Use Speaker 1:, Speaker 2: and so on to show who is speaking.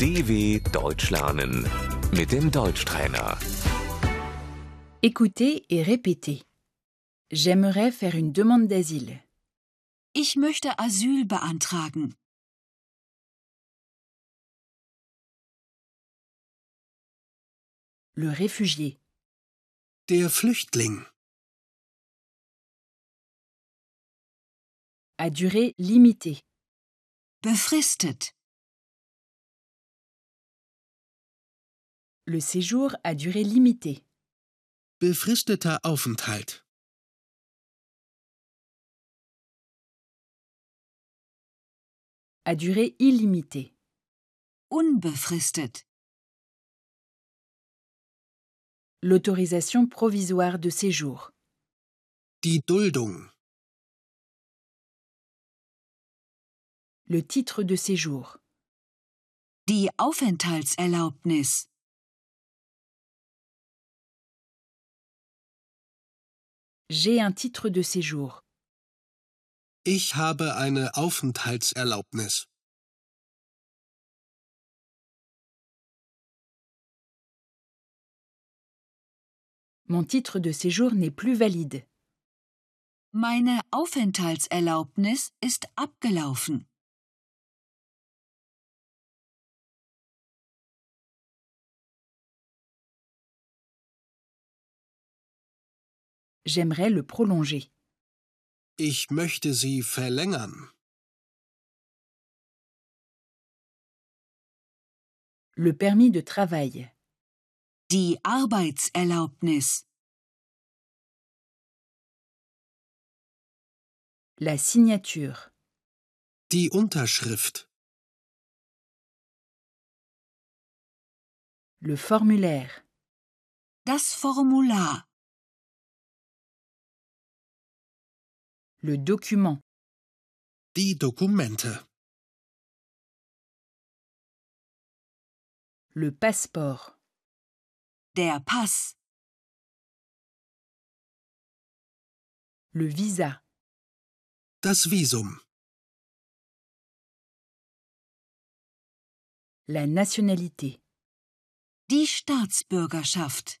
Speaker 1: DW Deutsch lernen mit dem Deutschtrainer.
Speaker 2: Écoutez et répétez. J'aimerais faire une demande d'asile.
Speaker 3: Ich möchte Asyl beantragen.
Speaker 2: Le réfugié,
Speaker 4: Der Flüchtling.
Speaker 2: à durée limitée,
Speaker 3: Befristet.
Speaker 2: le séjour à durée limitée,
Speaker 4: Befristeter Aufenthalt.
Speaker 2: à durée illimitée,
Speaker 3: Unbefristet.
Speaker 2: l'autorisation provisoire de séjour,
Speaker 4: Die Duldung.
Speaker 2: le titre de séjour,
Speaker 3: Die Aufenthaltserlaubnis.
Speaker 2: j'ai un titre de séjour,
Speaker 4: Ich habe eine Aufenthaltserlaubnis.
Speaker 2: mon titre de séjour n'est plus valide,
Speaker 3: Meine Aufenthaltserlaubnis ist abgelaufen.
Speaker 2: j'aimerais le prolonger,
Speaker 4: Ich möchte sie verlängern.
Speaker 2: le permis de travail,
Speaker 3: Die Arbeitserlaubnis.
Speaker 2: la signature,
Speaker 4: Die Unterschrift.
Speaker 2: le formulaire,
Speaker 3: Das Formular.
Speaker 2: le document,
Speaker 4: Die Dokumente.
Speaker 2: le passeport,
Speaker 3: Der Pass.
Speaker 2: le visa,
Speaker 4: Das Visum.
Speaker 2: la nationalité.
Speaker 3: Die Staatsbürgerschaft.